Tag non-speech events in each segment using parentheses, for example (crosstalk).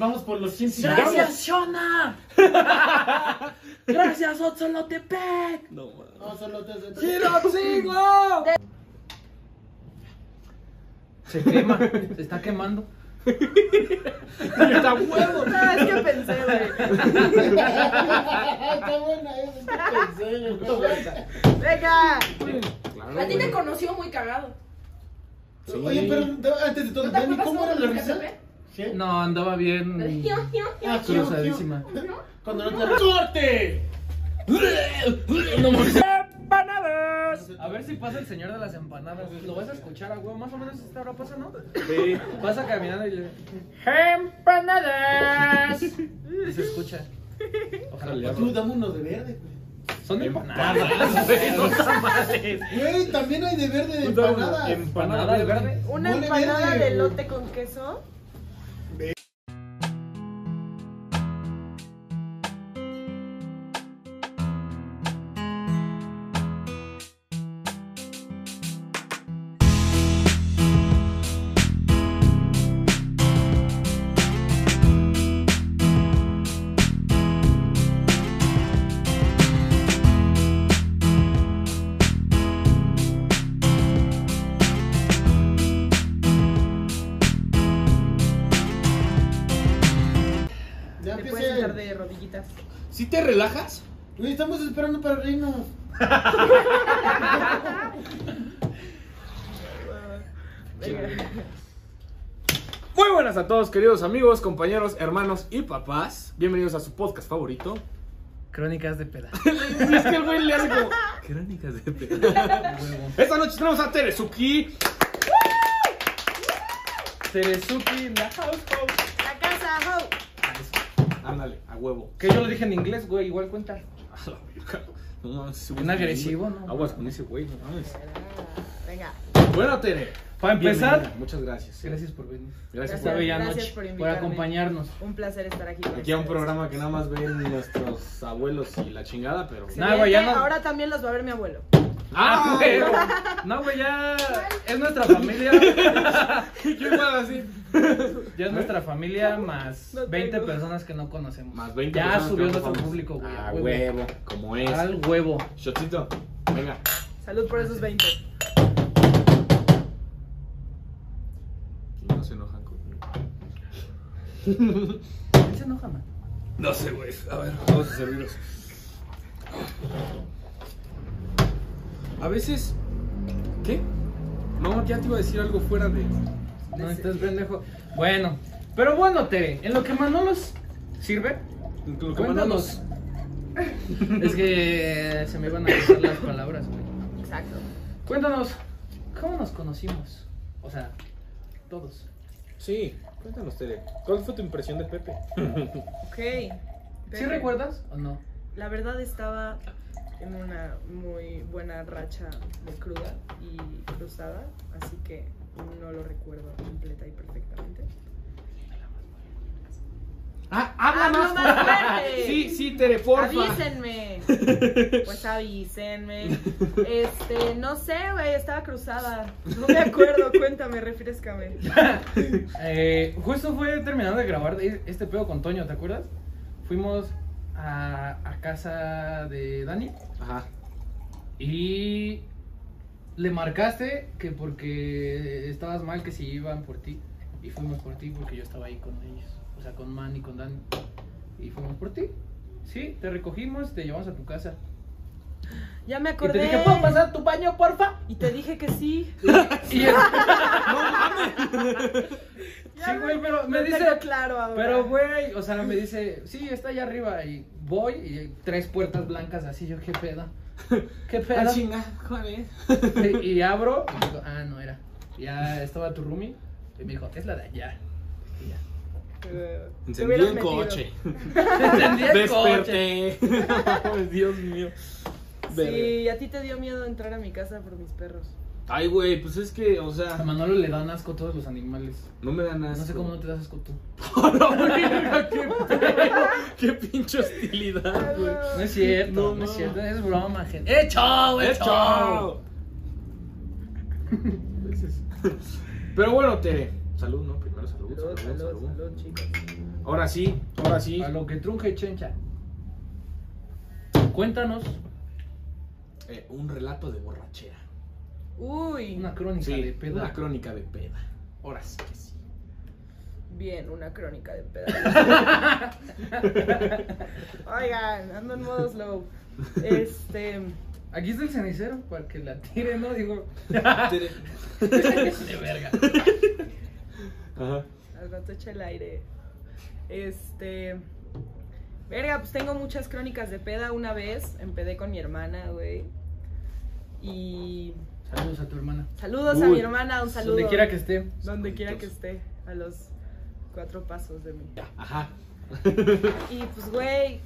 Vamos por los 100 Gracias, (laughs) Shona. Gracias, Otzolotepec. No, man. No, solo te hace- ¡Giroxingo! Se quema, se está quemando. ¡Está huevo! No, es que pensé, güey. Está buena esa, es que pensé, güey. Venga. Claro, A ti te güey. conoció muy cagado. Sí. Oye, pero de- antes de todo, ¿No te Dani, acuerdas ¿cómo era la nunca risa? te ve? ¿Qué? No, andaba bien. Yo, yo, yo. Ah, Cruzadísima. Hiu, hiu. Cuando no te. ¡Corte! No mames. A ver si pasa el señor de las empanadas. Lo vas a escuchar a huevo. Más o menos a esta hora pasa, ¿no? Sí. Pasa caminando y le. ¡Empanadas! Y se escucha. Ojalá. Ojalá. Tú dame unos de verde, güey. Son empanadas, güey, no tamales. Güey, también hay de verde de empanadas. Empanadas verde. Una Mole empanada verde. de lote con queso. Ya Te puedes sentar empiecen. de rodillitas. ¿Sí te relajas? Güey, estamos esperando para reírnos. Venga. Muy buenas a todos, queridos amigos, compañeros, hermanos y papás. Bienvenidos a su podcast favorito. Crónicas de peda. (laughs) es que el güey le hace como. (laughs) Crónicas de Esta noche tenemos a Teresuki. Teresuki in the household. La casa, ho. Ándale, a huevo. Que yo lo dije en inglés, güey. Igual cuenta. A la verga. (laughs) No mames, ese güey Bien es un- agresivo, ¿no? Aguas con ese güey, no mames. Venga. Bueno, Tere. Para empezar. bienvenida. Muchas gracias. Gracias por venir. Gracias Esta por bella Gracias. noche. por Por, invitarme. acompañarnos. Un placer estar aquí. con Aquí a un ustedes. programa que nada más ven nuestros abuelos y la chingada, pero. Se No, ve güey, ya que no. Ahora también los va a ver mi abuelo. ¡Ah, güey! No, güey, ya. Es nuestra familia. (laughs) ¿Qué pasa así? Ya es nuestra familia más No tengo. 20 personas que no conocemos. Más 20 Ya personas que subió no nuestro somos. público, güey. Ah, a huevo. huevo, como es. Al huevo. Shotcito, venga. Salud por esos 20. No se enojan conmigo. ¿Quién se enoja, man? No sé, güey. A ver, vamos a serviros. A veces. ¿Qué? No, ya te iba a decir algo fuera de. No, estás pendejo. Bueno, pero bueno, Tere, en lo que Manolos sirve, Lo que cuéntanos. (laughs) es que se me iban a pasar las palabras, güey. Exacto. Cuéntanos, ¿cómo nos conocimos? O sea, todos. Sí, cuéntanos, Tere. ¿Cuál fue tu impresión de Pepe? Ok. ¿Sí Pepe, recuerdas o no? La verdad estaba en una muy buena racha de cruda y cruzada, así que no lo recuerdo completa y perfectamente. ¡Ah, habla Habla más más fuerte. Sí, sí, Tere, porfa. (laughs) Avísenme. Pues avísenme. Este, no sé, güey, estaba cruzada. No me acuerdo, (laughs) cuéntame, refrescame. Eh, justo fue terminando de grabar e- este pedo con Toño, ¿te acuerdas? Fuimos a, a casa de Dani Ajá. y le marcaste que porque estabas mal que si iban por ti y fuimos por ti porque yo estaba ahí con ellos, o sea, con Man y con Dani y fuimos por ti. Sí, te recogimos, te llevamos a tu casa. Ya me Y acordé. te dije, ¿puedo pasar a tu baño, porfa? Y te dije que sí. Y el- Ya sí, güey, pero me no dice, tengo claro ahora. Pero, güey, o sea, me dice, sí, está allá arriba. Y voy y hay tres puertas blancas así. Yo, qué pedo. (laughs) Qué Ah, pedo. chinga, ¿cuál es? Y, y abro y digo, ah, no era. Ya estaba tu roomie. Y me dijo, es la de allá. Y ya. (laughs) Eh, te Encendí hubieras el metido. coche. Encendí el coche. Desperté. Ay, Dios mío. Verga. Sí, a ti te dio miedo entrar a mi casa por mis perros. Ay, güey, pues es que, o A sea, Manolo le dan asco todos los animales. no me dan No asco. sé (laughs) cómo no te das asco tú. (laughs) ¡Hola, verga! (laughs) ¡Qué pedo! ¡Qué pinche hostilidad, güey! No es cierto, no, No, es no. cierto. Es broma, gente. ¡Eh, chao, eh, chao! ¡Hecho! Pero bueno, Tere. Salud, ¿no? Primero salud, salud, salud. chicos. Ahora sí, ahora sí. A lo que trunje chencha. Cuéntanos Eh, un relato de borrachera. Uy. una crónica Sí, de pedo. una crónica de peda. Ahora sí que sí. Bien, una crónica de (laughs) pedo. Oigan, ando en modo slow. Este. Aquí está el cenicero para que la tire, ¿no? (laughs) Digo. (laughs) de verga. Ajá. Al rato echa el aire. Este. Verga, pues tengo muchas crónicas de peda. Una vez empedé con mi hermana, güey. Y. Saludos a tu hermana. Saludos a Uy, mi hermana, un saludo. Donde quiera que esté. Donde quiera que esté, a los cuatro pasos de mí. Ajá. Y pues, güey,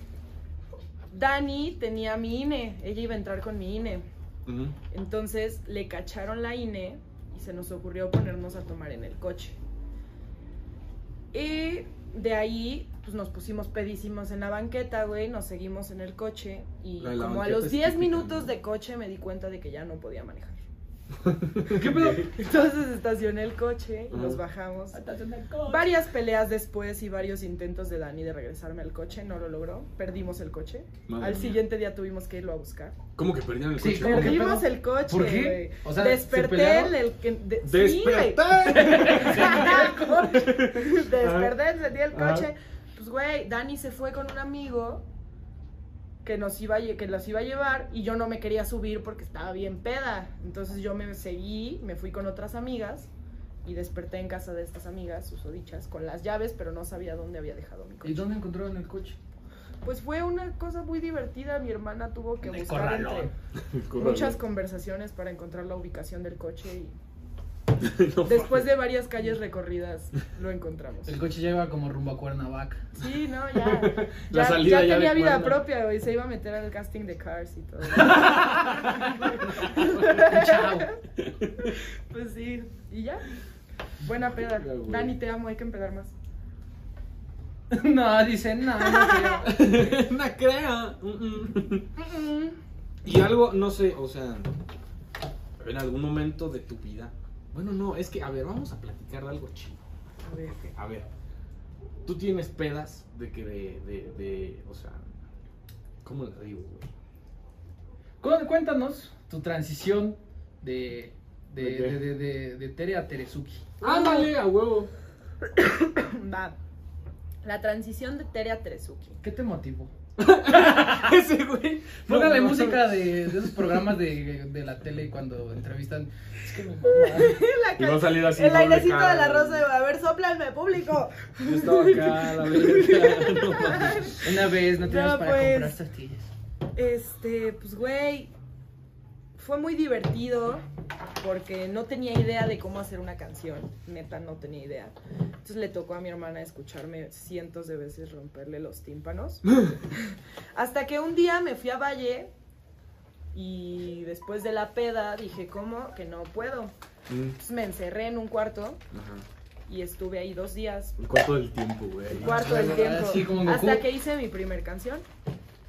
Dani tenía mi INE, ella iba a entrar con mi E. INE. Ujú. Entonces le cacharon la INE y se nos ocurrió ponernos a tomar en el coche. Y de ahí, pues nos pusimos pedísimos en la banqueta, güey, nos seguimos en el coche y La de la como a banqueta los es 10 típica, minutos ¿no? de coche me di cuenta de que ya no podía (laughs) manejar. ¿Qué pedo? Entonces estacioné el coche y nos Ajá. bajamos. Varias peleas después y varios intentos de Dani de regresarme al coche, no lo logró, perdimos el coche. Madre al mía. siguiente día tuvimos que irlo a buscar. ¿Cómo que perdieron el Sí, coche? ¿cómo que Perdimos pedo? el coche. ¿Por qué? güey. O sea, ¿se Desperté pelearon? el, el que. de- sí, güey. (laughs) ¡Desperté! (laughs) Desperté, encendí el Ajá. coche. Pues, güey, Dani se fue con un amigo que nos iba a, lle- que los iba a llevar y yo no me quería subir porque estaba bien peda. Entonces yo me seguí, me fui con otras amigas y desperté en casa de estas amigas, sus odichas, con las llaves, pero no sabía dónde había dejado mi ¿Y coche. dónde encontraron el coche? Pues fue una cosa muy divertida, mi hermana tuvo que En el buscar entre corralón. muchas conversaciones para encontrar la ubicación del coche y (laughs) No, después de varias calles recorridas lo encontramos. El coche ya iba como rumbo a Cuernavaca. (laughs) Sí, no, ya. ya (laughs) La salida ya ya tenía de vida cuerda. propia, güey. Se iba a meter al casting de Cars (laughs) y todo. Chao. pues sí, y ya. Buena peda. Ya, güey. Dani, te amo, hay que empedar más. (laughs) No, dice, no, no creo. (laughs) no creo. Mm-mm. Y algo, no sé, o sea, en algún momento de tu vida. Bueno, no, es que, a ver, vamos a platicar de algo chido. A ver, Porque, a ver, tú tienes pedas de que de, de, de o sea, ¿cómo la digo, güey? Cu- Cuéntanos tu transición de. de. ¿De qué? de, de, de- de Tere a Terezuki. Ándale, a huevo. Va. La transición de Tere a Terezuki. ¿Qué te motivó? (laughs) Ese güey. Póngale No, no, música de, de esos programas de, de la tele cuando entrevistan. Es que me mama. La Y va a salir así, El doble airecito cara, de la güey. rosa. A ver, soplanme, público. Yo estaba acá, la verga. no mames. Una vez no teníamos No, para pues. comprar tortillas. Este, pues güey, fue muy divertido porque no tenía idea de cómo hacer una canción, neta no tenía idea. Entonces le tocó a mi hermana escucharme cientos de veces romperle los tímpanos. Hasta que un día me fui a Valle y después de la peda dije, ¿cómo? Que no puedo. Mm, Entonces me encerré en un cuarto ajá. y estuve ahí dos días, El cuarto del tiempo, güey. el cuarto del Así Ah, como tiempo, Goku. hasta que hice mi primer canción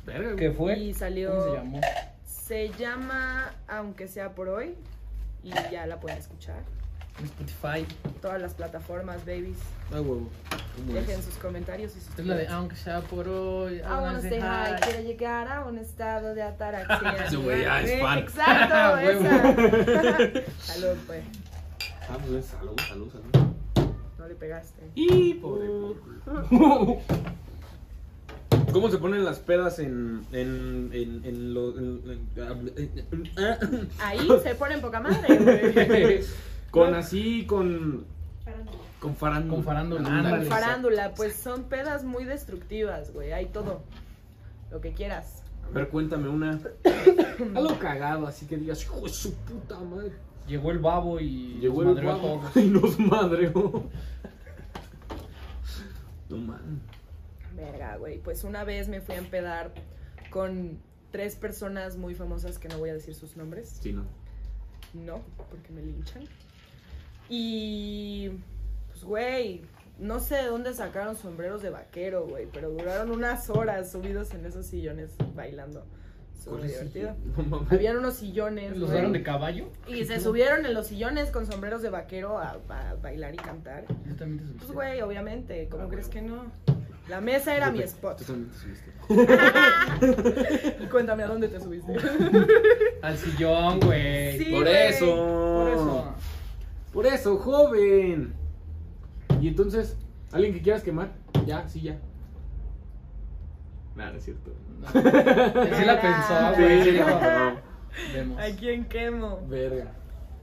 Verga, güey. ¿Qué fue? y salió... ¿Cómo se llamó? Se llama Aunque sea por hoy y ya la pueden escuchar. En Spotify. Todas las plataformas, babies. A Ah, huevo. ¿Cómo Dejen es? sus comentarios y sus Es la de I Aunque sea por hoy. I wanna wanna say say hi. hi. Quiero llegar a un estado de ataraxia. (laughs) Ese güey ya es Eh, fan. (laughs) Exacto, Huevo. esa. (laughs) Salud, pues. Ah, pues salud, salud, salud. No le pegaste. Y pobre. culo. ¿Cómo se ponen las pedas en. en. en. en. lo- en- en- en- Ahí se ponen poca madre, güey. (laughs) con así, con. Farándula. con farándula. Con farándula, Ándale, ándale. exacto. Farándula, pues son pedas muy destructivas, güey. Hay todo. Lo que quieras. A ver, cuéntame una. Algo cagado, así que digas, hijo de su puta madre. Llegó el babo y Llegó nos el madreó a guapo (laughs) todos. y nos madreó. No man. Verga, güey. Pues una vez me fui a empedar con tres personas muy famosas que no voy a decir sus nombres. Sí, no. No, porque me linchan. Y. Pues, güey. No sé de dónde sacaron sombreros de vaquero, güey. Pero duraron unas horas subidos en esos sillones bailando. Estuvo muy divertido. No mames. Habían unos sillones. ¿Los güey, usaron de caballo? Y se subieron en los sillones con sombreros de vaquero a- a bailar y cantar. Yo también te subí. Pues, güey, obviamente, ¿cómo Ah, crees güey. que no? La mesa era mi Tú spot. también te subiste. Y (laughs) cuéntame, ¿a dónde te subiste? Al sillón, güey. Sí, por güey, eso. Por eso. Por eso, joven. Y entonces, ¿alguien que quieras quemar? Ya, sí, ya. Nada, no es cierto. Sí la pensó, güey. Sí, no. Vemos. ¿A quién quemo? Verga.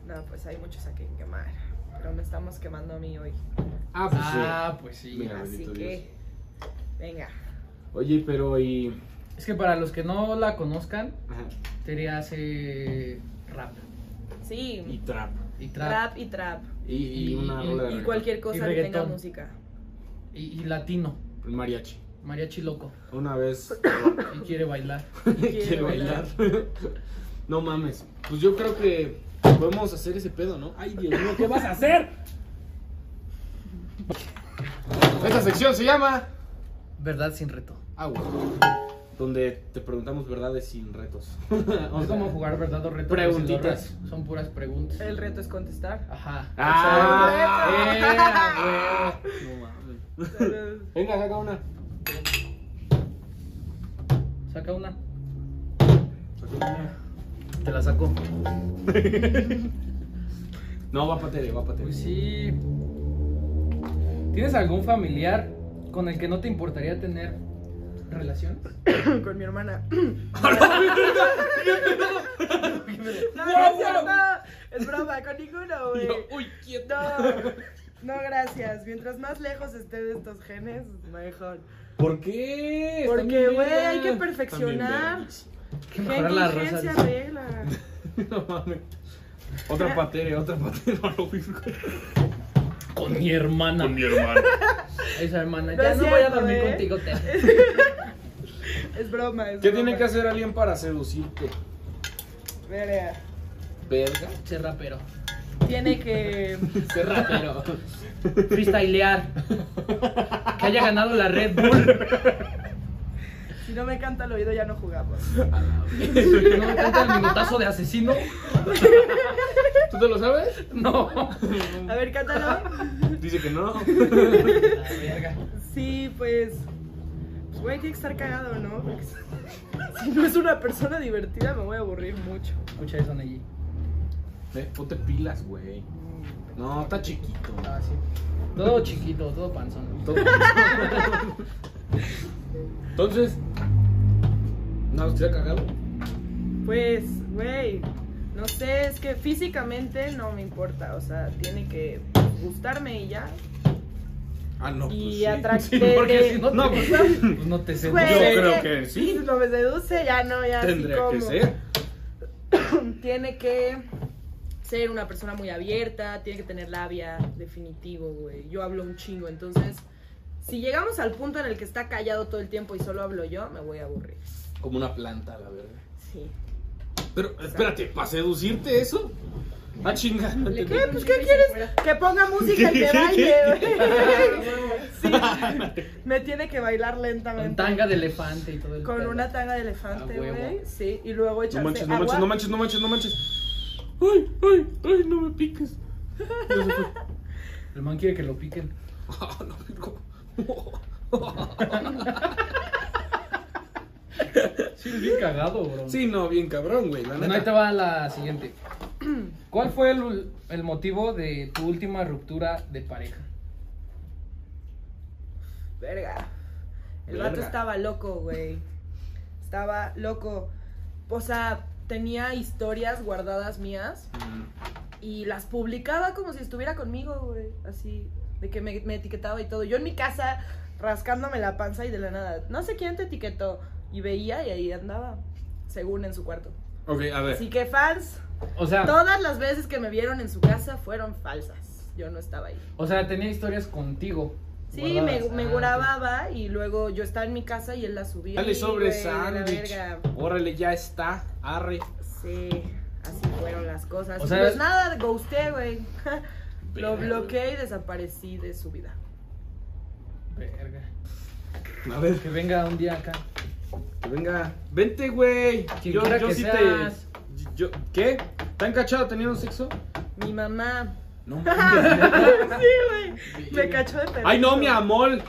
No, pues hay muchos a quien quemar. Pero me estamos quemando a mí hoy. Ah, pues sí. Ah, pues sí. Mira. Así bendito que, venga. Oye, pero y. Es que para los que no la conozcan, Ajá. Tere hace rap Y Sí, trap. y trap. trap y trap. Y, y una Y- rola de Y reggaetón. cualquier Y cosa que tenga reggaetón. música. Y, y latino. Mariachi. Mariachi loco. Una vez Y quiere bailar. quiero bailar. (laughs) no mames. Pues yo creo que podemos hacer ese pedo, ¿no? Ay, Dios mío, ¿qué vas a hacer? Esta sección se llama Verdad sin reto. Agua. Donde te preguntamos verdades sin retos. (laughs) Es como jugar verdad o reto. sin Preguntitas. los retos. Son puras preguntas. El reto (laughs) es contestar. Ajá. Ah, eh, ¡Ah! Eh, güey. No mames. Venga, saca una. Saca una. Saca una. Te la saco. No, va para tele, va para tele. Pues sí. ¿Tienes algún familiar con el que no te importaría tener relaciones? Con (laughs) mi hermana. No, no es cierto. Es broma, con (laughs) ninguno, güey. Uy, quieto. No, no, gracias. Mientras más lejos esté de estos genes, mejor. ¿Por qué? Porque, Están bien güey, vergas. hay que Están bien perfeccionar. vergas. Que Gen mejorar la con gen raza. se dice. arregla. (laughs) No mames. Ah. Otra patere, otra patere. No lo ubico. Con mi hermana. mi hermano. Esa hermana. No ya es no voy a cierto, dormir ¿eh? contigo, te. Es broma, es ¿Qué broma. tiene que hacer alguien para seducirte? Verga. Verga. Ser rapero. Tiene que. Ser rapero. Freestylear. Que haya ganado la Red Bull. Si no me canta el oído, ya no jugamos. Que no me canta el minutazo de asesino. ¿Tú te lo sabes? No. A ver, cántalo. Dice que no. (laughs) La verga. Sí, pues. Pues, güey, tiene que estar cagado, ¿no? Porque si- si no es una persona divertida, me voy a aburrir mucho. Escucha eso, Neji. Eh, ponte pilas, güey. No, está chiquito. Ah, sí. Todo chiquito, todo panzón. Todo- Entonces, no, estoy cagado. Pues, güey. No sé, es que físicamente no me importa. O sea, tiene que gustarme y ya. Ah, no. Y sí. atrac- Sí, de- porque de- si no, No, te- pues, pues no te Güey, seduce. es creo que sí. Si no me seduce, ya no, ya. así tendría que como. ser. Tiene que ser una persona muy abierta, tiene que tener labia, definitivo, güey. Yo hablo un chingo, entonces, si llegamos al punto en el que está callado todo el tiempo y solo hablo yo, me voy a aburrir. Como una planta, la verdad. Sí. Pero, espérate, ¿para seducirte eso? Ah, chinga. no ¿Qué? entendí. Pues, ¿qué quieres? Que ponga música (laughs) y que baile, güey. Ah, Sí. Me tiene que bailar Con lentamente. tanga de elefante y todo el Con pedo. una tanga de elefante, A huevo. güey. Sí, y luego Ah, No echarse manches, no agua. manches, no manches, no manches, no manches. Ay, ay, ay, no me (laughs) piques. El man quiere que lo piquen. Ah, no, no. Sí, es bien cagado, bro. Sí, no, bien cabrón, güey. La Bueno, pues, ahí te neta. va la siguiente. ¿Cuál fue el, el motivo de tu última ruptura de pareja? Verga. El Verga. vato estaba loco, güey. Estaba loco. O sea, tenía historias guardadas mías y las publicaba como si estuviera conmigo, güey. Así, de que me, me etiquetaba y todo. Yo en mi casa rascándome la panza y de la nada. No sé quién te etiquetó. Y veía y ahí andaba, según en su cuarto. Ok, a ver. Así que fans, O sea, todas las veces que me vieron en su casa fueron falsas. Yo no estaba ahí. o sea, tenía historias contigo. Sí, me, guardadas. me Ah, grababa y luego yo estaba en mi casa y él la subía. Dale y, sobre güey, la sándwich. verga. Órale, ya está. Arre. Sí, así fueron las cosas. O sea- pues nada, ghosté, güey. (laughs) Lo bloqueé y desaparecí de su vida. ok. Verga. A ver. Que venga un día acá. Que venga. Vente, güey. Quien Yo, quiera yo que sí seas. te. Yo, ¿Qué? ¿Te han cachado teniendo sexo? Mi mamá. (laughs) No. sí, güey. Me cachó de perro. Ay, no, mi amor.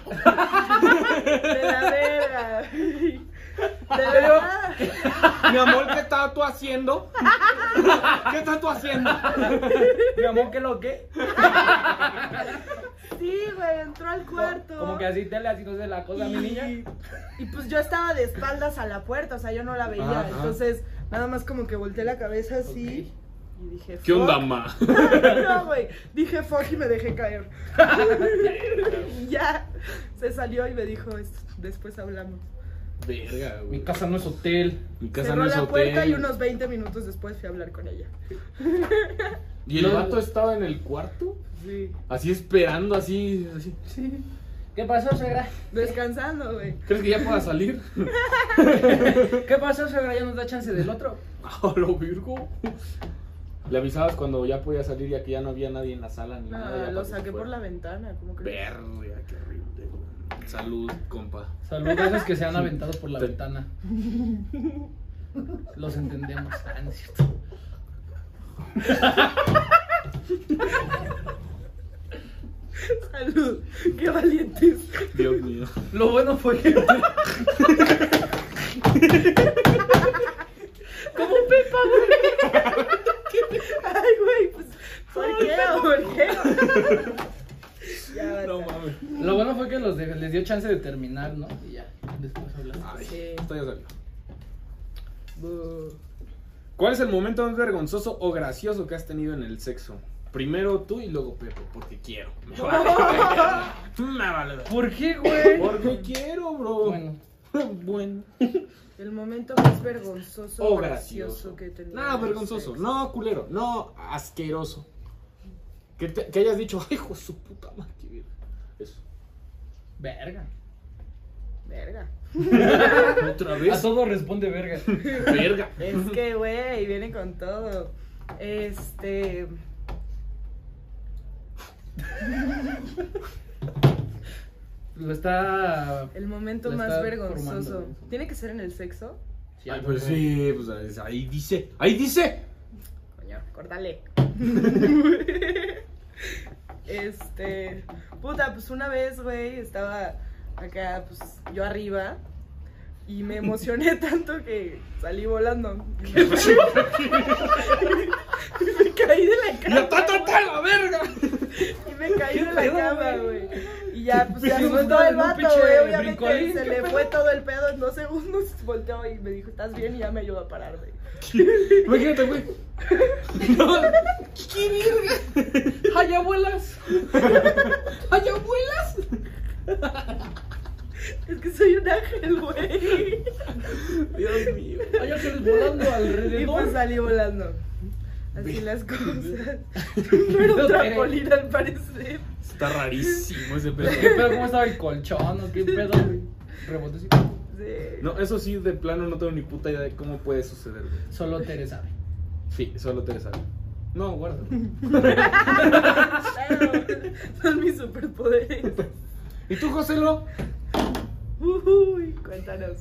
haciendo? ¿Qué estás tú haciendo? Mi amor, ¿qué lo que? Sí, güey, entró al cuarto. Como que así te le así no sé la cosa, mi niña. Y pues yo estaba de espaldas a la puerta, o sea, yo no la veía. Ajá. Entonces, nada más como que volteé la cabeza así. Y dije, ¿Qué onda, "Fuck". ma? (laughs) no, güey. Dije fuck y me (laughs) dejé caer. Y ya se salió y me dijo, "Es- después hablamos. Verga, güey. Mi casa no es hotel. Mi casa Cerró no es la hotel. puerta y unos 20 minutos después fui a hablar con ella. ¿Y el vato estaba en el cuarto? Sí. Así esperando, así, así. ¿Qué pasó, suegra? Descansando, güey. ¿Crees que ya pueda salir? (laughs) ¿Qué pasó, suegra? ¿Ya nos da chance del otro? A lo Virgo. Le avisabas cuando ya podía salir y aquí ya no había nadie en la sala ni nada. No, Ah, ya lo para que saqué fuera. por la ventana, como que. Verga, qué horrible, güey. Salud, compa. Saludos a esos que se han aventado por la (laughs) ventana. Los entendemos. Ah, no es cierto. (laughs) Salud, qué valientes. Dios (laughs) mío. Lo bueno fue que. (laughs) Como Pepa, Ay, güey, pues. ¿Por qué? ¿Por qué? (laughs) ya, basta. No mames. güey. Lo bueno fue que los de- les dio chance de terminar, ¿no? Y ya, después hablamos. Ay, Sí. esto ya salió. Bu. ¿Cuál es el momento más vergonzoso o gracioso que has tenido en el sexo? Primero tú y luego Pepe, porque quiero. (laughs) Me vale. verga. (laughs) Me vale. verga. ¿Por qué, güey? Porque quiero, bro. Bueno, (laughs) bueno. El momento más vergonzoso O o Oh, gracioso. gracioso que he tenido. No, en el vergonzoso. sexo. No, culero. No, asqueroso. Que, te- que hayas dicho, ay, hijo de su puta madre. qué bien". (laughs) Eso. verga. Verga. Otra A vez. todo responde verga. Verga. Es que, güey, viene con todo. Este. Lo está. El momento Le más está vergonzoso. formando, ¿no? ¿Tiene que ser en el sexo? Ay, pues sí, pues ahí dice. Ahí dice. Coño, córtale. (laughs) este. Puta, pues una vez, güey, estaba acá, pues yo arriba. Y me emocioné (laughs) tanto que salí volando. Y me, (laughs) me caí de la ¡La cama. tata está la verga! Y me caí de la pedo, cama, güey? güey. Y ya, pues se pedo? asustó el ¿Un vato, pinche güey. brincolín? Obviamente se ¿Qué le pedo? fue todo el pedo en dos segundos. Volteó y me dijo, ¿estás bien? Y ya me ayudó a parar, güey. Imagínate, güey. No. ¡Ay, (laughs) abuelas! ¡Ay, abuelas! Es que soy un ángel, güey. Dios mío. ¡Ay, ángeles volando (laughs) Y pues alrededor! salí volando. Así las (laughs) cosas. No era un trampolín al parecer. Está rarísimo ese (laughs) pedo. ¿Qué pedo? ¿Cómo estaba el colchón? ¿O ¿Qué pedo, güey? Rebotó así. Sí. No, eso sí, de plano no tengo ni puta idea de cómo puede suceder, güey. Solo Teresa. sabe. Sí, solo te sabe. No, guarda. Claro, (laughs) Son mis superpoderes. ¿Y tú, Joselo? Uy, cuéntanos.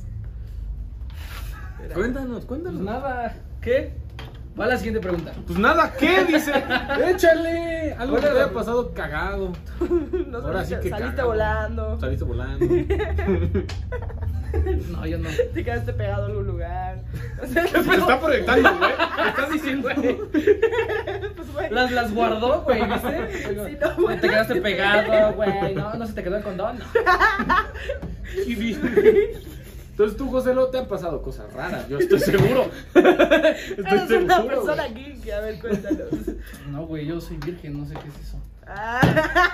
Cuéntanos, cuéntanos. Pues nada. ¿Qué? Va la siguiente pregunta. (laughs) Pues nada, ¿qué? Dice. (laughs) Échale. Algo ¿Cuál que era te la haya pasado cagado. No Ahora sí saliste, que saliste cagado. volando. Saliste (laughs) volando. No, yo no. Te quedaste pegado en un lugar. O sea, Se está proyectando, güey. Estás diciendo. pues, güey. Las, las guardó, güey, ¿viste? Digo, (laughs) Sí, no, güey. Te (laughs) quedaste pegado, güey. No, no se te quedó el condón. No. Entonces tú, Joselo, te han pasado cosas raras. Yo estoy (laughs) seguro. Estoy Eres una güey. persona geek. A ver, cuéntanos. No, güey, yo soy virgen, no sé qué es eso. Ah,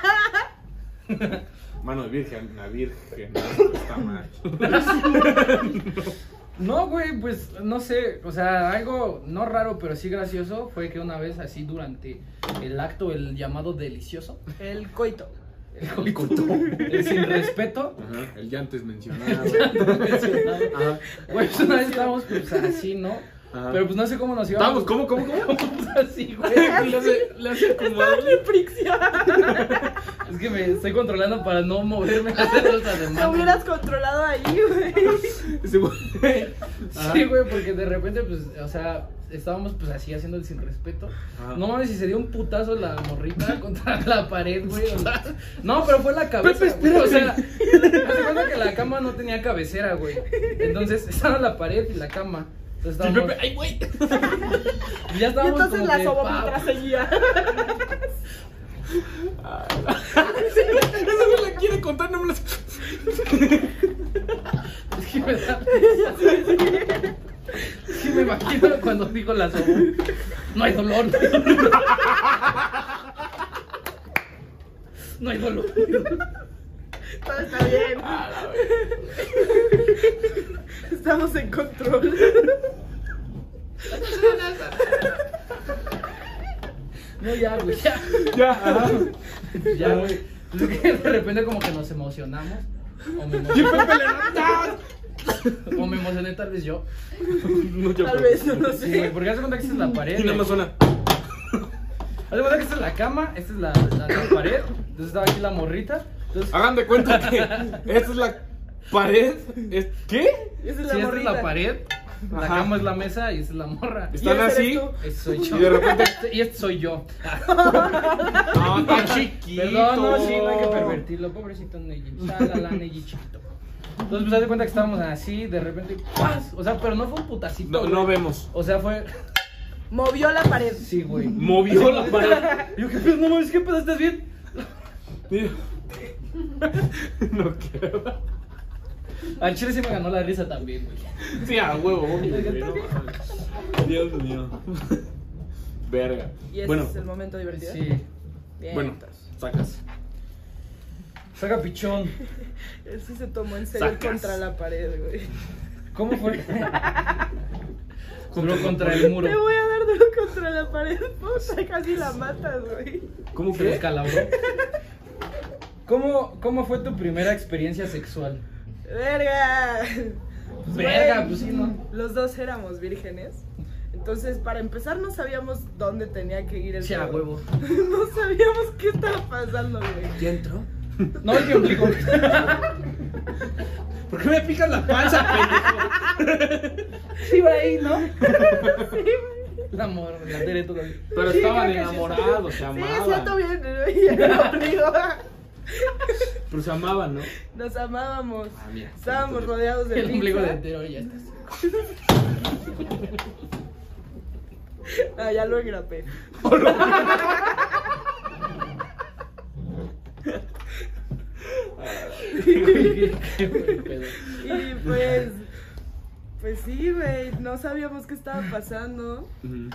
Mano de virgen, la virgen. Está mal. No, güey, pues no sé, o sea, algo no raro, pero sí gracioso fue que una vez así durante el acto, el llamado delicioso, el coito. el, (laughs) el sin (laughs) respeto, Ajá, el ya antes (laughs) mencionado. Ajá. güey, pues una vez estábamos pues así, ¿no? Ajá. Pero pues no sé cómo nos íbamos. Estamos, ¿cómo, cómo, Ah. cómo? Pues, (laughs) así, güey. Le hace, le hace como Dale fricción. Es que me estoy controlando para no moverme a hacer los Te ademanes. hubieras controlado ahí, güey. (laughs) ese (laughs) güey. Ajá. Sí, güey, porque de repente, pues, o sea, estábamos pues así haciendo el sin respeto. Ajá. No mames, si se dio un putazo la (laughs) morrita contra la pared, güey. o sea, no, pero fue la cabeza. Pepe, güey, espérate. o sea, haz de cuenta que la cama no tenía cabecera, güey. Entonces estaba la pared y la cama. Estábamos- Y Pepe, ¡ay, güey! ya (laughs) Y estábamos entonces como la de, sobomitra "Pau". seguía. Esa no la quiere contar, no me la... Es que me da risa. Es que me imagino cuando dijo la sobo. No hay dolor. no hay dolor". No hay dolor. Todo está bien. Ah, Estamos en control. No, ya, güey, ya. Ya, ajá. Ya, güey. Es que de repente como que nos emocionamos. O me Y emocioné, Pepe le da... o me emocioné tal vez yo. No, yo Tal creo. vez, no lo Sí, güey, sé. porque hace cuenta que esta es la pared. Y nada más güey. suena. Haz de cuenta que esta es la cama, esta es la, la, la pared. Entonces estaba aquí la morrita. Entonces, Hagan de cuenta que esta es la pared. Es- ¿Qué? Esa si es esta la es la morrita. pared, la Ajá. cama es la mesa y esta es la morra. Están ese eres así. tú. Este soy yo. Y de repente- Este- y este soy (laughs) yo. No, está chiquito. Perdón, no, sí, no hay que pervertirlo. Pobrecito Neji. Sálala, Neji chiquito. Entonces, pues, haz de cuenta que estábamos así, de repente, ¡paz! O sea, pero no fue un putacito. No, güey. no vemos. O sea, fue. Movió la pared. Sí, güey. Movió la pared. Yo, ¿qué pedo? No mames, ¿qué pedo? ¿Estás bien? Mira. No creo. Al chile sí me ganó la risa también, güey. Sí, a huevo, obvio, güey, no mames. Dios mío. Verga. Y ese Bueno, es el momento divertido. Sí. Bien, bueno, entonces. sacas. Saca pichón. Él sí se tomó en serio el Sacas. contra la pared, güey. ¿Cómo fue? Duró contra el muro. Te voy a dar duro contra la pared, (laughs) puta, casi la matas, güey. ¿Cómo Se que? descalabró. ¿Cómo, ¿Cómo fue tu primera experiencia sexual? Verga. Verga, güey, pues sí, ¿no? Los dos éramos vírgenes. Entonces, para empezar, no sabíamos dónde tenía que ir el Sí, a pedo. huevo. (laughs) No sabíamos qué estaba pasando, güey. ¿Ya entró? No, el que ombligo. (laughs) ¿Por qué me picas la panza, pendejo? Sí, va ahí, (laughs) ¿no? La amor, la Tere todavía. Pero Sí, estaban creo que sí. enamorados, se Sí, amaban. siento bien, güey, (laughs) el ombligo. Pero se amaban, ¿no? Nos amábamos. Ah, mira. Estábamos rodeados de El ombligo de pizza. entero ya está. así. Ah, ya lo (laughs) engrapé. Qué- qué buen pedo. Y pues, pues sí, güey, no sabíamos qué estaba pasando. Ujú.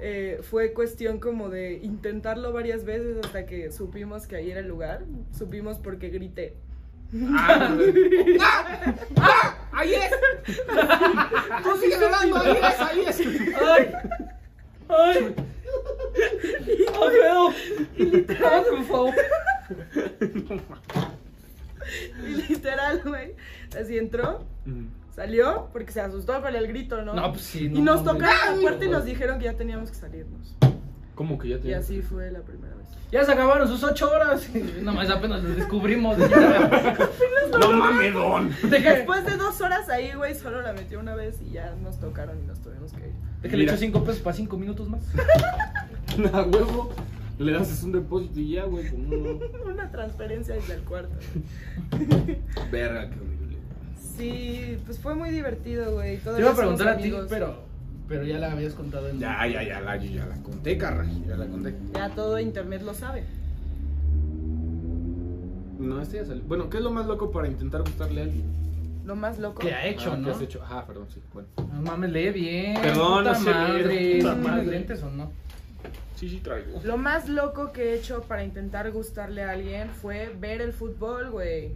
Eh, fue cuestión como de intentarlo varias veces hasta que supimos que ahí era el lugar. Supimos porque grité. Ah, (laughs) ¡Ahí es! ¡Tú sigues hablando! ¡Ahí es! ¡Ahí es! ¡Ay! ¿eh? ¡Ay! ¡Alfredo! ¡Ah, por favor! Y (laughs) literal, güey, así entró, salió, porque se asustó con el grito, ¿no? No, pues sí. y nos mames. tocaron la puerta y nos dijeron que ya teníamos que salirnos. ¿Cómo que ya te Y así fue la primera vez. Ya se acabaron sus ocho horas. No más, apenas los descubrimos. Ya. ¡No mames, don! (laughs) Deja, Después de dos horas ahí, güey, solo la metió una vez y ya nos tocaron y nos tuvimos que ir. (laughs) deja, le Mira. echo cinco pesos para cinco minutos más. A huevo. Le haces un depósito y ya, güey. como no. Una transferencia desde el cuarto. Verga, qué horrible. Sí, pues fue muy divertido, güey. Te iba a preguntar a ti, pero, pero ya la habías contado en. Ya, ya, ya, la, yo ya la conté, carnal. Ya la conté. Ya todo internet lo sabe. No, este ya salió. Bueno, ¿qué es lo más loco para intentar gustarle a alguien? Lo más loco. Que ha hecho, Ah, ¿Qué ¿no? has hecho? Ajá, perdón, sí. Bueno. No mames, lee bien. Perdón, puta no sé leer, madre. puta ¿Tienes madre. lentes o no? Sí, sí, traigo. Lo más loco que he hecho para intentar gustarle a alguien fue ver el fútbol, güey.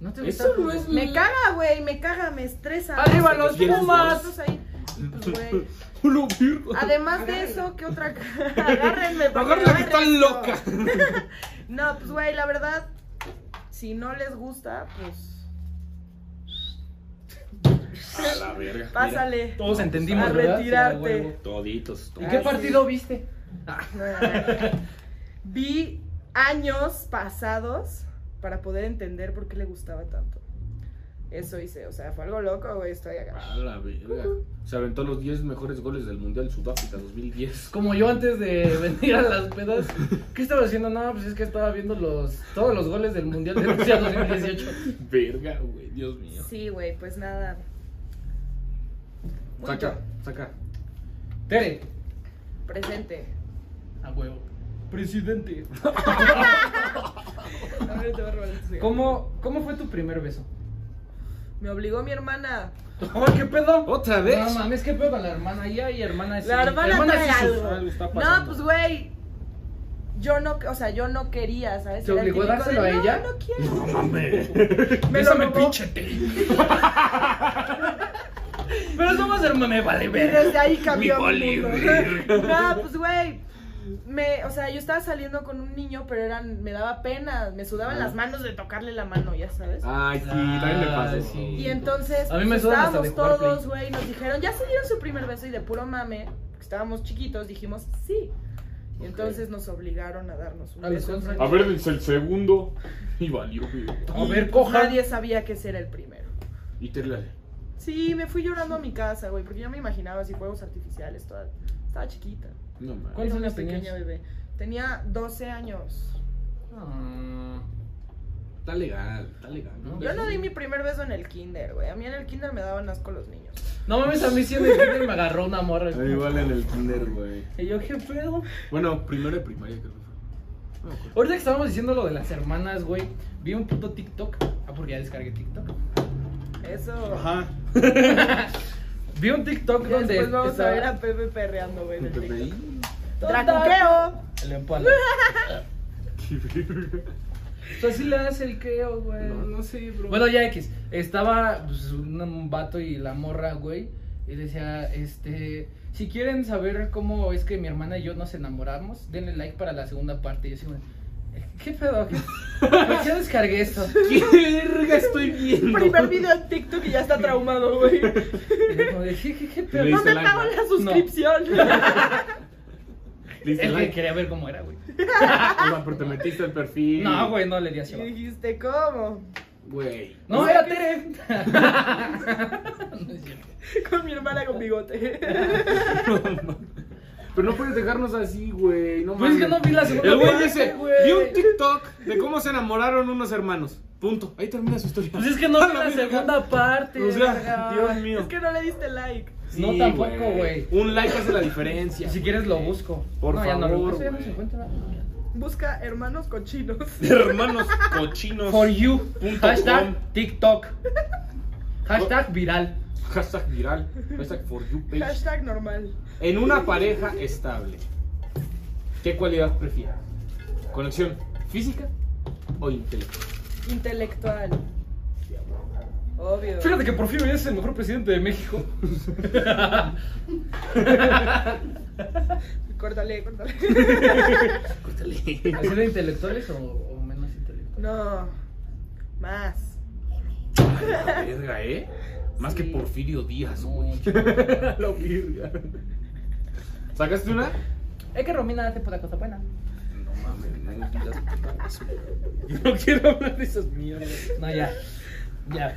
No te Eso gusta? no es- Me caga, güey, me caga, me estresa. ¡Arriba No sé los qué tienen Pumas! nosotros ahí. Y, pues, güey, ¡Lo virgo! Además de eso, ¿qué otra? (laughs) Agárrenme. porque ¡Agárrenla me que va está a loca! esto. No, pues güey, la verdad, si no les gusta, pues A la verga. mira. pásale. Todos entendimos, A ¿verdad? retirarte. Sí, Ah, pues, a (laughs) huevo. Toditos. ¿Y Ah, qué sí. partido viste? Vi años pasados para poder entender por qué le gustaba tanto. Eso hice, o sea, fue algo loco, güey, estoy acá. A la verga. Se aventó los 10 mejores goles del Mundial Sudáfrica 2010. Como yo antes de (laughs) venir a las pedas, ¿qué estaba haciendo? No, pues es que estaba viendo los todos los goles del Mundial de Rusia 2018. Verga, güey, Dios mío. Sí, güey, pues nada. Saca, saca. Tere. Presente. A huevo. (laughs) Presidente. A ver, te voy a robar el cigarro. ¿Cómo, ¿Cómo fue tu primer beso? Me obligó mi hermana. ¿Qué pedo? ¿Otra vez? No mames, qué pedo con la hermana ya y Ah, hermana es. La hermana, trae sí algo. sufre, algo está No, pasando. pues güey. Yo no, o sea, yo no quería, ¿sabes? ¿Te Era el obligó a típico dárselo de, a ella? No, no quiero. (laughs) me lo robó. (laughs) Pero somos hermanos, me vale Y desde ahí Mi cambió mi mundo. bolívar. (laughs) No, pues güey. Me, o sea, yo estaba saliendo con un niño, pero eran, me daba pena, me sudaban Ah. las manos de tocarle la mano, ya sabes. Ay, sí, también me pasa. Ay, eso. sí. Y entonces A mí pues, me sudan hasta de estábamos jugar todos, Play. güey, nos dijeron, ya se dieron su primer beso y de puro mame, porque estábamos chiquitos, dijimos, sí. Y entonces nos obligaron a darnos un ¿A los beso. cuántos A ver, es el segundo. Y valió, güey. A Y, ver, pues, coja. Nadie sabía que ese era el primero. Y Terlale. Sí, me fui llorando a mi casa, güey, porque yo me imaginaba así fuegos artificiales, toda, estaba chiquita. No mames. ¿Cuántos Era una años tenías? pequeña bebé. Tenía 12 años. Ah, Está legal, está legal, ¿no? Yo no di mi primer beso en el kinder, güey. A mí en el kinder me daban asco los niños. No mames, a mí sí en el kinder me agarró una morra. A mí vale en el Tinder, güey. Y yo, ¿qué pedo? Bueno, primero de primaria creo que fue. No me acuerdo. Ahorita que estábamos diciendo lo de las hermanas, güey, vi un puto TikTok. Ah, porque ya descargué TikTok. Eso. Ajá. Vi un TikTok Ya donde. Después vamos estaba- a ver a Pepe perreando, güey. en el Pepe, TikTok. ahí. Dracuqueo. El (laughs) empalme. Qué verga. O sea, sí le das el creo, güey. No, no sé, bro. Bueno, ya X. Estaba pues, un, un vato y la morra, güey. Y decía, este. Si quieren saber cómo es que mi hermana y yo nos enamoramos, denle like para la segunda parte. Y yo así, güey, ¿qué pedo? ¿Qué? ¿Por qué descargué esto? ¿Qué verga estoy viendo? Primer video en TikTok y ya está (laughs) traumado, güey. Y yo como de, ¿Qué, qué, qué pedo? Le No hice me like, pago ¿no? la suscripción. (laughs) Dice Es que (laughs) like. quería ver cómo era, güey. O sea, pero te metiste el perfil. No, güey, no le di así Y abajo. dijiste, ¿cómo? Güey. No, era Tere. (laughs) No es cierto. Con mi hermana con (laughs) bigote. Pero no puedes dejarnos así, güey. No Pues es que mames. no vi la segunda El güey parte, dice, güey. vi un TikTok de cómo se enamoraron unos hermanos. Punto. Ahí termina su historia. Pues es que no (laughs) A vi la verga. segunda parte. O sea, verga. Dios mío. Es que no le diste like. No, tampoco, güey. Un like hace la diferencia. Si quieres lo busco. Por no, ya no lo favor, busco. Eso ya no güey. se encuentra. Busca hermanos cochinos. (laughs) Hermanos cochinos. For you. Punto com. Hashtag (laughs) TikTok. Hashtag viral. Hashtag viral. Hashtag for you page. Hashtag normal. En una pareja estable, ¿qué cualidad prefieres? ¿Conexión física o intelectual? Intelectual. Obvio. Fíjate que Porfirio es el mejor presidente de México. Córtale, (laughs) córtale. ¿Así de intelectuales o, o menos intelectuales? No. Más. Verga, ¿eh? Más Sí. que Porfirio Díaz, güey. No, chico. (laughs) La virga. ¿Sacaste una? Es que Romina hace por la cosa (laughs) buena. No mames, no digas putadas, güey. No quiero hablar de esas mierdas. No, ya. (laughs) Ya.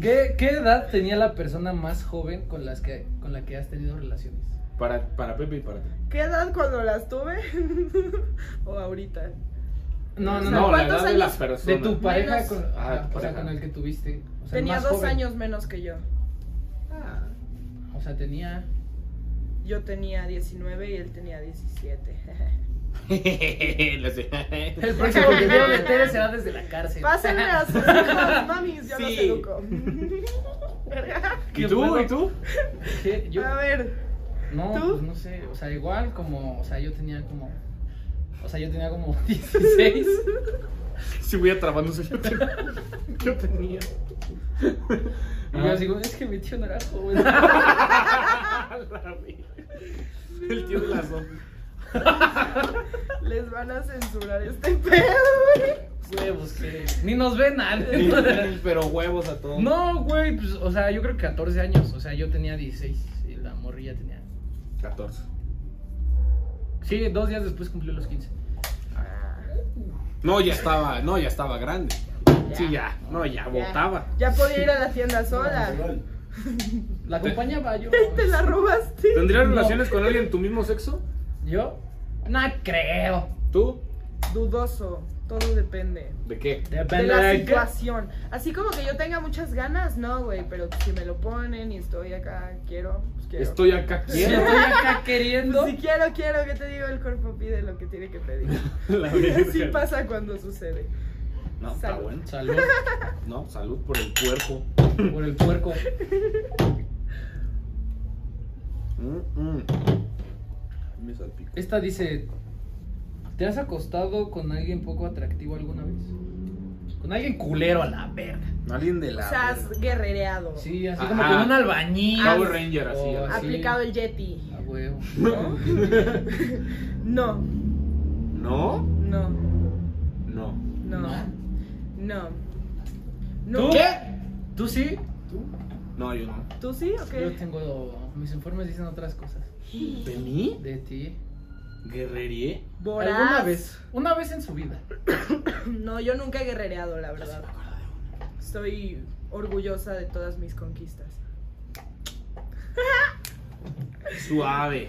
¿Qué, qué edad tenía la persona más joven con, las que, con la que has tenido relaciones? Para, para Pepe y para ti. ¿Qué edad cuando las tuve? (laughs) o ahorita. No, no, sea, no. la ¿cuántos edad de las años personas. de tu pareja, con, Menos- ah, Ah, tu o sea, pareja. con el que tuviste. O sea, el Tenía más dos joven. años menos que yo. Ah. O sea, tenía. Yo tenía 19 y él tenía 17. (laughs) Lo sé. El (laughs) próximo video de Tere será desde la cárcel. (laughs) Pásenle a sus hijos, mamis, yo los Sí. educo. ¿Y tú? ¿Y tú? ¿Qué? Yo, A ver, no, ¿tú? pues no sé. O sea, igual como. O sea, yo tenía como. O sea, yo tenía como (laughs) 16. Si voy atrapándose yo, te- yo tenía. Y yo digo, es que mi tío no era joven. (laughs) El tío de las dos. les van a censurar este pedo, Huevos, pues que. Ni nos ven al. Pero huevos a (laughs) todos. No, güey, pues, o sea, yo creo que 14 años. O sea, yo tenía 16 y la morrilla tenía. 14. Sí, dos días después cumplió los 15. No, ya estaba, no, ya estaba grande. Sí, ya. No, ya güey. votaba. Ya podía ir a la (laughs) tienda sola. La acompañaba yo. Te la robaste. ¿Tendrías No. relaciones con alguien de tu mismo sexo? ¿Yo? No creo. ¿Tú? dudoso, todo depende. ¿De qué? de Depende la de qué. situación. Así como que yo tenga muchas ganas, no, güey, pero si me lo ponen y estoy acá, quiero, pues quiero. Estoy acá. Si ¿Quién? estoy acá (laughs) Pues queriendo. si quiero, quiero, que te digo, el cuerpo pide lo que tiene que pedir. (laughs) La Así verga. pasa cuando sucede. No, está Salud. bueno. Salud No, salud por el cuerpo. por el puerco. Mm, mm. Me salpico. Esta dice, ¿te has acostado con alguien poco atractivo alguna vez? Con alguien culero a la verga. Alguien de O la. sea, has guerrereado. Sí, así como Ajá. con un albañil. Ah. Power Ranger, así, O así. Aplicado el Yeti. A huevo. ¿No? No, (laughs) ¿No? No. no, no, no. ¿Tú? No. ¿Tú sí? No, yo no. ¿Tú sí o Yo qué? tengo... Mis informes dicen otras cosas. ¿De mí? De ti. ¿Guerrería? Voraz. Alguna vez. Una vez en su vida. (clears throat) No, yo nunca he guerrereado, la verdad. Estoy orgullosa de todas mis conquistas. Suave.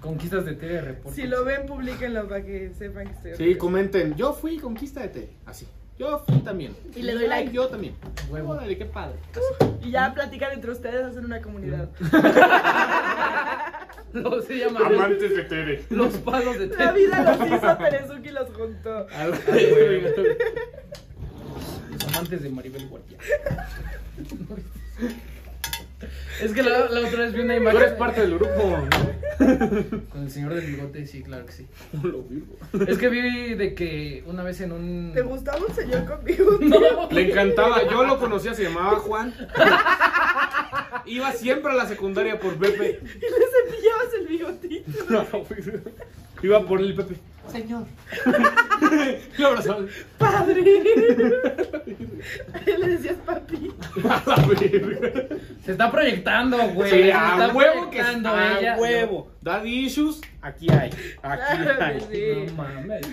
Conquistas de TR. por Si favor. (laughs) lo ven, publíquenlo para que sepan que estoy Sí, orgullosa. comenten. Yo fui conquista de té. Así. Yo fui también. Y le doy like. Yo también. Huevo. Órale, qué padre. Y ya platican entre ustedes, hacen una (laughs) comunidad. Lo- se llama... Amantes de Tere. (laughs) Los palos de La TR. vida los hizo Terezuki y los juntó. Los amantes de Maribel Guardia. (laughs) Es que la, la otra vez vi una Tú imagen. eres parte del grupo. ¿no? Con el señor del bigote, sí, claro que sí. Lo virgo. Es que vi de que una vez en un. ¿Te gustaba un señor conmigo? (laughs) Le encantaba, yo lo conocía, se llamaba Juan. Iba siempre a la secundaria por Pepe. (laughs) Y le cepillabas el bigotito. Iba por el Pepe. (laughs) Señor. Lo abrazaba. ¡Padre! Y le decías papi. A la verga. Se está proyectando, güey. Sí, Se a está huevo que proyectando a ella. huevo. Daddy issues, aquí hay. Aquí Claro que hay. sí. No mames.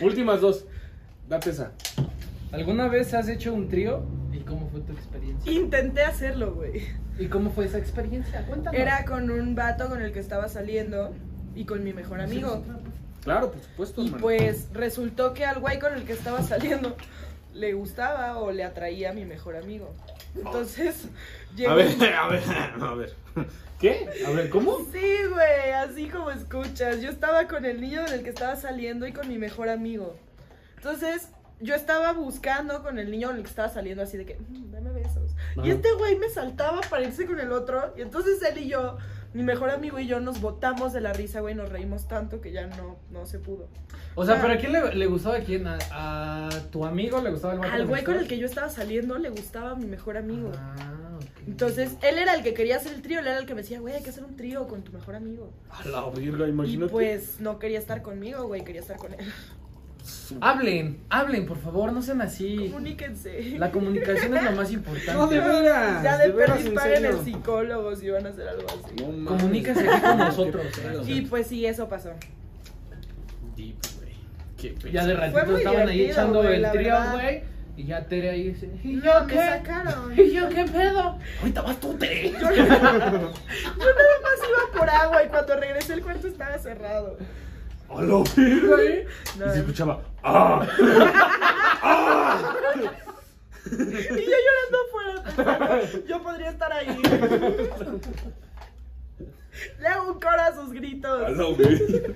Últimas dos. Date esa. ¿Alguna vez has hecho un trío? ¿Y cómo fue tu experiencia? Intenté hacerlo, güey. ¿Y cómo fue esa experiencia? Cuéntanos. Era con un vato con el que estaba saliendo y con mi mejor amigo. Claro, por supuesto, Y hermano. pues resultó que al güey con el que estaba saliendo le gustaba o le atraía a mi mejor amigo. Entonces, llegó. Ah. A ver, (laughs) a ver, a ver. ¿Qué? A ver, ¿cómo? Sí, güey, así como escuchas. Yo estaba con el niño con el que estaba saliendo y con mi mejor amigo. Entonces, yo estaba buscando con el niño con el que estaba saliendo, así de que, "Mm, dame besos. Ajá. Y este güey me saltaba para irse con el otro. Y entonces él y yo, mi mejor amigo y yo, nos botamos de la risa, güey, nos reímos tanto que ya no, no se pudo. O sea, ¿pero a quién le, le gustaba a quién? ¿A, a tu amigo le gustaba el vato Al güey con el estabas? que yo estaba saliendo le gustaba mi mejor amigo. Ah, ok. Entonces, él era el que quería hacer el trío, él era el que me decía, güey, hay que hacer un trío con tu mejor amigo. A la verga, Y imagínate. pues no quería estar conmigo, güey, quería estar con él. ah, Hablen, hablen, por favor, no sean así. Comuníquense. La comunicación es lo (laughs) más importante. No, de veras. (laughs) ya de veras, perdiz en paguen serio. el psicólogo si van a hacer algo así. No mames. Comuníquense aquí con nosotros. (laughs) Qué pedo. Y pues sí, eso pasó. Deep, güey. Qué pedo. Ya de ratito muy estaban ahí divertido, echando güey, el la trío, verdad. güey. Y ya Tere ahí dice, ¿y No, yo me qué? (laughs) (laughs) sacaron. ¿Y yo qué pedo? Ahorita vas tú, Tere. Yo nada más iba por agua y cuando regresé el cuarto estaba cerrado. A la verga, eh. No. Y se escuchaba. ¡Ah! Y yo llorando afuera. pensando, Yo podría estar (laughs) ahí. Le hago un coro a sus A gritos. la verga.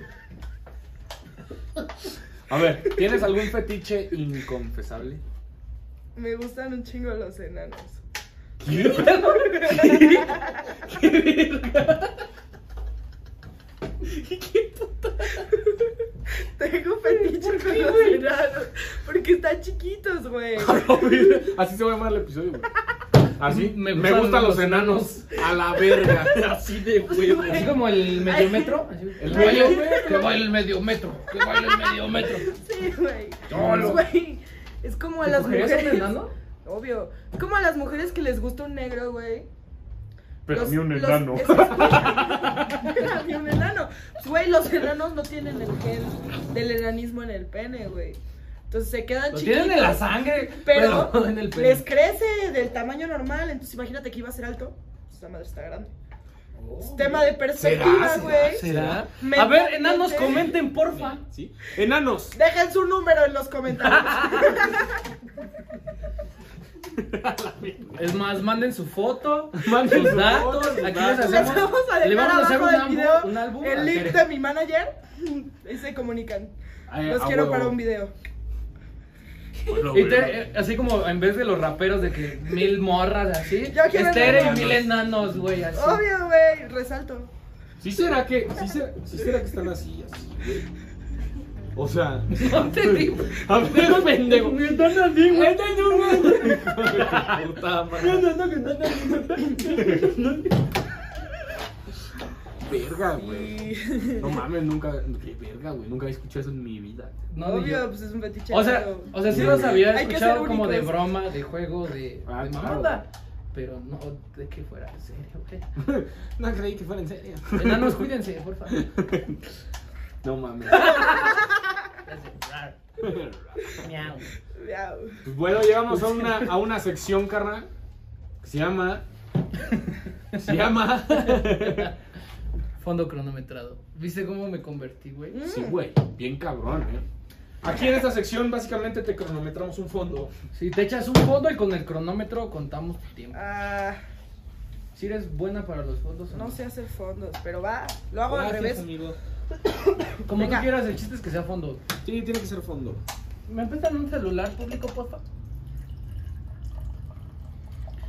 A ver, ¿tienes algún fetiche inconfesable? Me gustan un chingo los enanos. ¿Qué? (laughs) Tengo fetiche con los enanos. Porque están chiquitos, (laughs) güey. A la verga. Así se va a llamar el episodio, güey. Así me, Me gustan, gustan los los enanos. A la verga. (laughs) Así de huevo. Así como el medio metro. así, El El medio medio metro. Que baila el medio metro. Que baila el medio metro. Sí, güey. Cholo. Güey, Es como a ¿Te las cogerías a un mujeres. (laughs) enano? Obvio. Es como a las mujeres que les gusta un negro, güey. Pero Los- ni un los- (laughs) enano. esos- A mí un enano. Pues, Güey, los enanos no tienen el gel del enanismo en el pene, güey. Entonces se quedan Lo chiquitos. tienen en la sangre. (laughs) Pero bueno, en el pelo. les crece del tamaño normal. Entonces imagínate que iba a ser alto. Pues, Esa madre está grande. Tema de perspectiva, Ah, güey. Oh, ¿Será? A ver, Mentalmente. enanos, comenten, porfa. ¿Sí? Enanos. Dejen su número en los (laughs) comentarios. Es más, manden su foto, Manden sus su datos. foto, sus Aquí les datos. Les hacemos. vamos a le dejar vamos a hacer abajo un del álbum, video un álbum Ah, a el link Tere. de mi manager. (laughs) Ahí se comunican. Eh, Los quiero para un video. Y Tere, eh, así como en vez de los raperos de que mil morras así, Yo quiero es Tere y enanos. mil enanos, güey, así. Obvio, güey. Resalto. ¿Sí será que, sí será, sí será que están así, así, güey? O (laughs) sea, No te digo. a ver, (laughs) pendejo. Están así, güey. Puta madre. Verga, güey. No mames, nunca. Qué verga, güey. Nunca he escuchado eso en mi vida. (laughs) (laughs) No, Obvio, yo- pues es un fetiche. O sea, pero- o sea, sí los había Hay que ser escuchado como de únicos. broma, de juego, de, Ah, de claro. mamada. Pero no de que fuera en serio, güey. No creí que fuera en serio. Enanos, cuídense, por favor. (laughs) No (laughs) mames. Miau. Ya, güey. Pues bueno, llegamos a una, a una sección, carnal. Que se llama. Se (laughs) llama. Fondo cronometrado. ¿Viste cómo me convertí, güey? Mm. Sí, güey. Bien cabrón, eh. Aquí en esta sección, básicamente te cronometramos un fondo. Si te echas un fondo y con el cronómetro contamos tu tiempo. Ah, Si eres buena para los fondos o no sé hacer fondos, pero va. Lo hago al Gracias, revés. amigo. Como Venga. tú quieras, el chiste es que sea fondo. Sí, tiene que ser fondo. ¿Me prestan un celular público, porfa?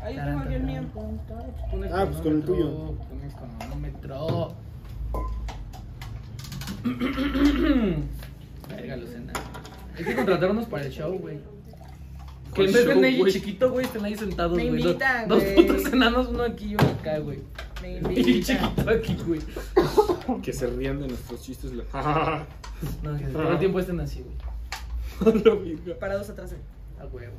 Ahí tengo aquí el mío. Pon Ah, pues con el tuyo. cronómetro, pon el (coughs) cronómetro. Verga, Lucena. Hay que contratarnos para el show, güey. Pues Que en vez de Show, Ney güey. chiquito, güey, estén ahí sentados, Me güey. Dos, invitan, dos güey. putos enanos, uno aquí y uno acá, güey. (laughs) Me Y invita. chiquito aquí, güey. Que se rían de nuestros chistes. la- (laughs) No, que todo el tiempo estén así, güey. Lo mismo. Parados atrás. de- A huevo.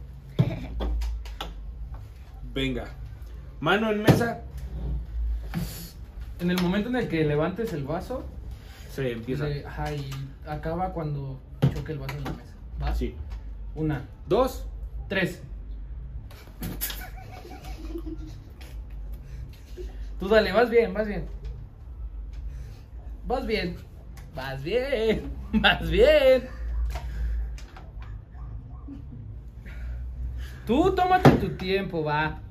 Venga. Mano en mesa. En el momento en el que levantes el vaso, Se empieza. le- ajá, y acaba cuando choque el vaso en la mesa. ¿Va? Sí. Una, Dos. tres. Tú dale, vas bien, vas bien. Vas bien. Vas bien. (laughs) Vas bien. Tú tómate tu tiempo, va.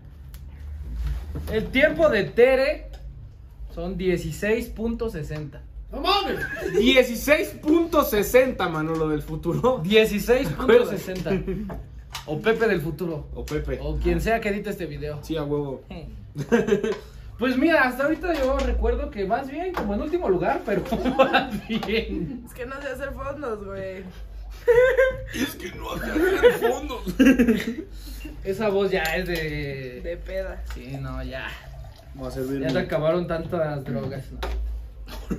El tiempo de Tere son 16.60. ¡No mames! 16.60, Manolo del (laughs) futuro. 16.60. O Pepe del futuro. O Pepe. O quien sea que edite este video. Sí, a (laughs) huevo. Pues mira, hasta ahorita yo recuerdo que vas bien, como en último lugar, pero (laughs) vas bien. Es que no sé hacer fondos, güey. Esa voz ya es de... De peda. Sí, no, ya. Vamos a servir. Ya te un- acabaron tantas drogas. (laughs)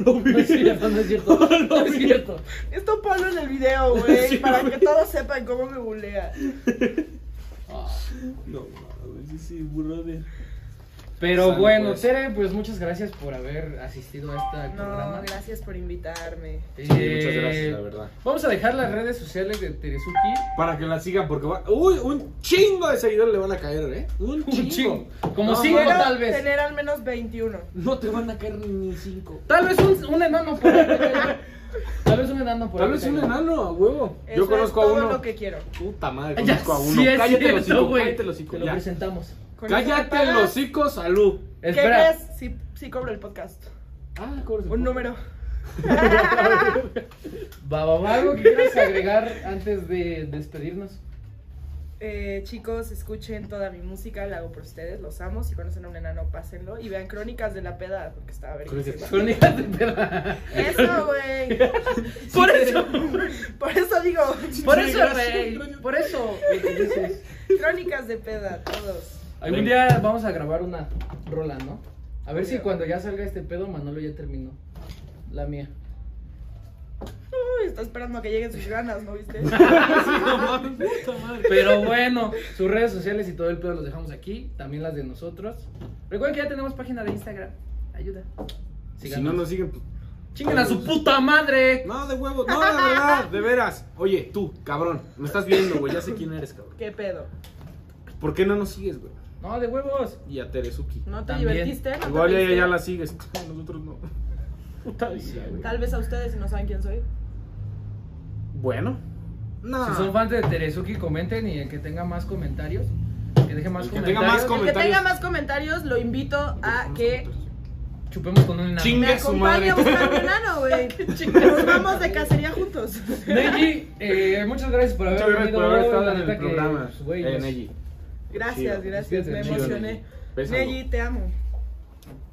No, No es cierto, no es cierto. No es cierto. Esto ponlo en el (laughs) video, güey, Sí, para güey. que todos sepan cómo me bulea. Ah, No, mames, sí, sí, brother. Pero Sale, bueno, pues. Tere, pues muchas gracias por haber asistido a este No, programa. gracias por invitarme. Eh, Sí, muchas gracias, la verdad. Vamos a dejar las redes sociales de Teresuki. Para que la sigan, porque va. Uy, un chingo de seguidores le van a caer, ¿eh? Un chingo. Un chingo. Como No, cinco, Quiero mames. tal vez. tener al menos 21. No te van a caer ni cinco. Tal vez un, un enano por ahí. (laughs) Tal vez un enano por ahí. Tal vez un enano, a huevo. Eso Yo conozco es a todo uno. lo que quiero. Puta madre, Ah, Ya, conozco a uno. sí es cállate los cierto, hocico, güey. cállate los hijos. Te lo presentamos. Con eso me Cállate pagas. los hocico, salud. ¿Qué Espera. crees? Sí, sí cobro el podcast. Ah, ¿cómo se Un (laughs) llama? número. Va, va, va, algo que quieras agregar antes de despedirnos. Eh, chicos, escuchen toda mi música, la hago por ustedes, los amo. Si conocen a un enano, pásenlo. Y vean Crónicas de la Peda, porque estaba Crónicas. vergüenza. Crónicas de peda. (laughs) Eso, güey. (laughs) Por eso. Por eso digo, Por eso, güey. Por eso. Entonces, Crónicas de Peda, todos. algún Venga. día vamos a grabar una rola, ¿no? A ver si Obvio. cuando ya salga este pedo, Manolo ya terminó. La mía. Uy, está esperando a que lleguen sus ganas, (laughs) ¿no viste? Sí, (laughs) no mames, puta madre. Pero bueno, sus redes sociales y todo el pedo los dejamos aquí. También las de nosotros. Recuerden que ya tenemos página de Instagram. Ayuda. Si no nos siguen, pues. Chinguen a su puta madre. No, de huevos, no, de verdad, de veras. Oye, tú, cabrón, me estás viendo, güey, ya sé quién eres, cabrón. ¿Qué pedo? ¿Por qué no nos sigues, güey? No, de huevos. Y a Terezuki. ¿No te También. divertiste? ¿No te Igual ella viste? ya la sigues. Nosotros no. Puta vida, güey. Tal vez a ustedes si no saben quién soy. Bueno. No. Si son fans de Terezuki, comenten y el que tenga más comentarios, que deje más El que tenga comentarios, más El que Comentarios. tenga más comentarios lo invito a que chupemos con un enano. Ching- me Chingue su acompañe a madre. buscar un enano, güey. Nos vamos de cacería juntos. Neji, eh, muchas gracias por haber (laughs) Muchas gracias venido, por haber bro. estado La en el neta que, programa. pues, güey, Eh, nos- Neji. Gracias, Chido. gracias. Me Chido, emocioné. Bésalo. Neji, te amo.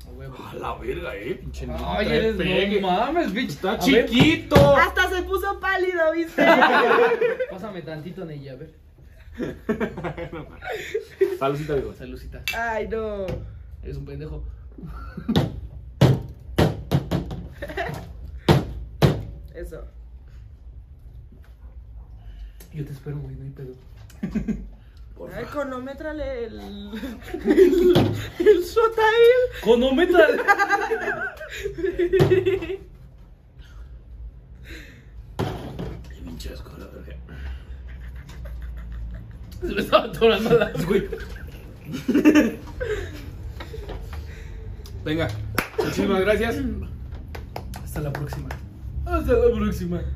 a huevo. A la verga, eh, pinche niño, Ay, trae eres pegue. no mames, bitch. Está A ver, chiquito. Hasta se puso (laughs) pálido, ¿viste? Pásame tantito, Neji, a ver. No mames. Saludcita, digo. Salucita. Ay, no. Eres un pendejo. Eso. Yo te espero, güey, no hay pedo. Ay, Cronométrale el. (laughs) el, el shot a él. ¡Conometa! Pinche asco, la verga. Se me estaba atorando la. Güey. Venga, muchísimas gracias. Hasta la próxima. Hasta la próxima.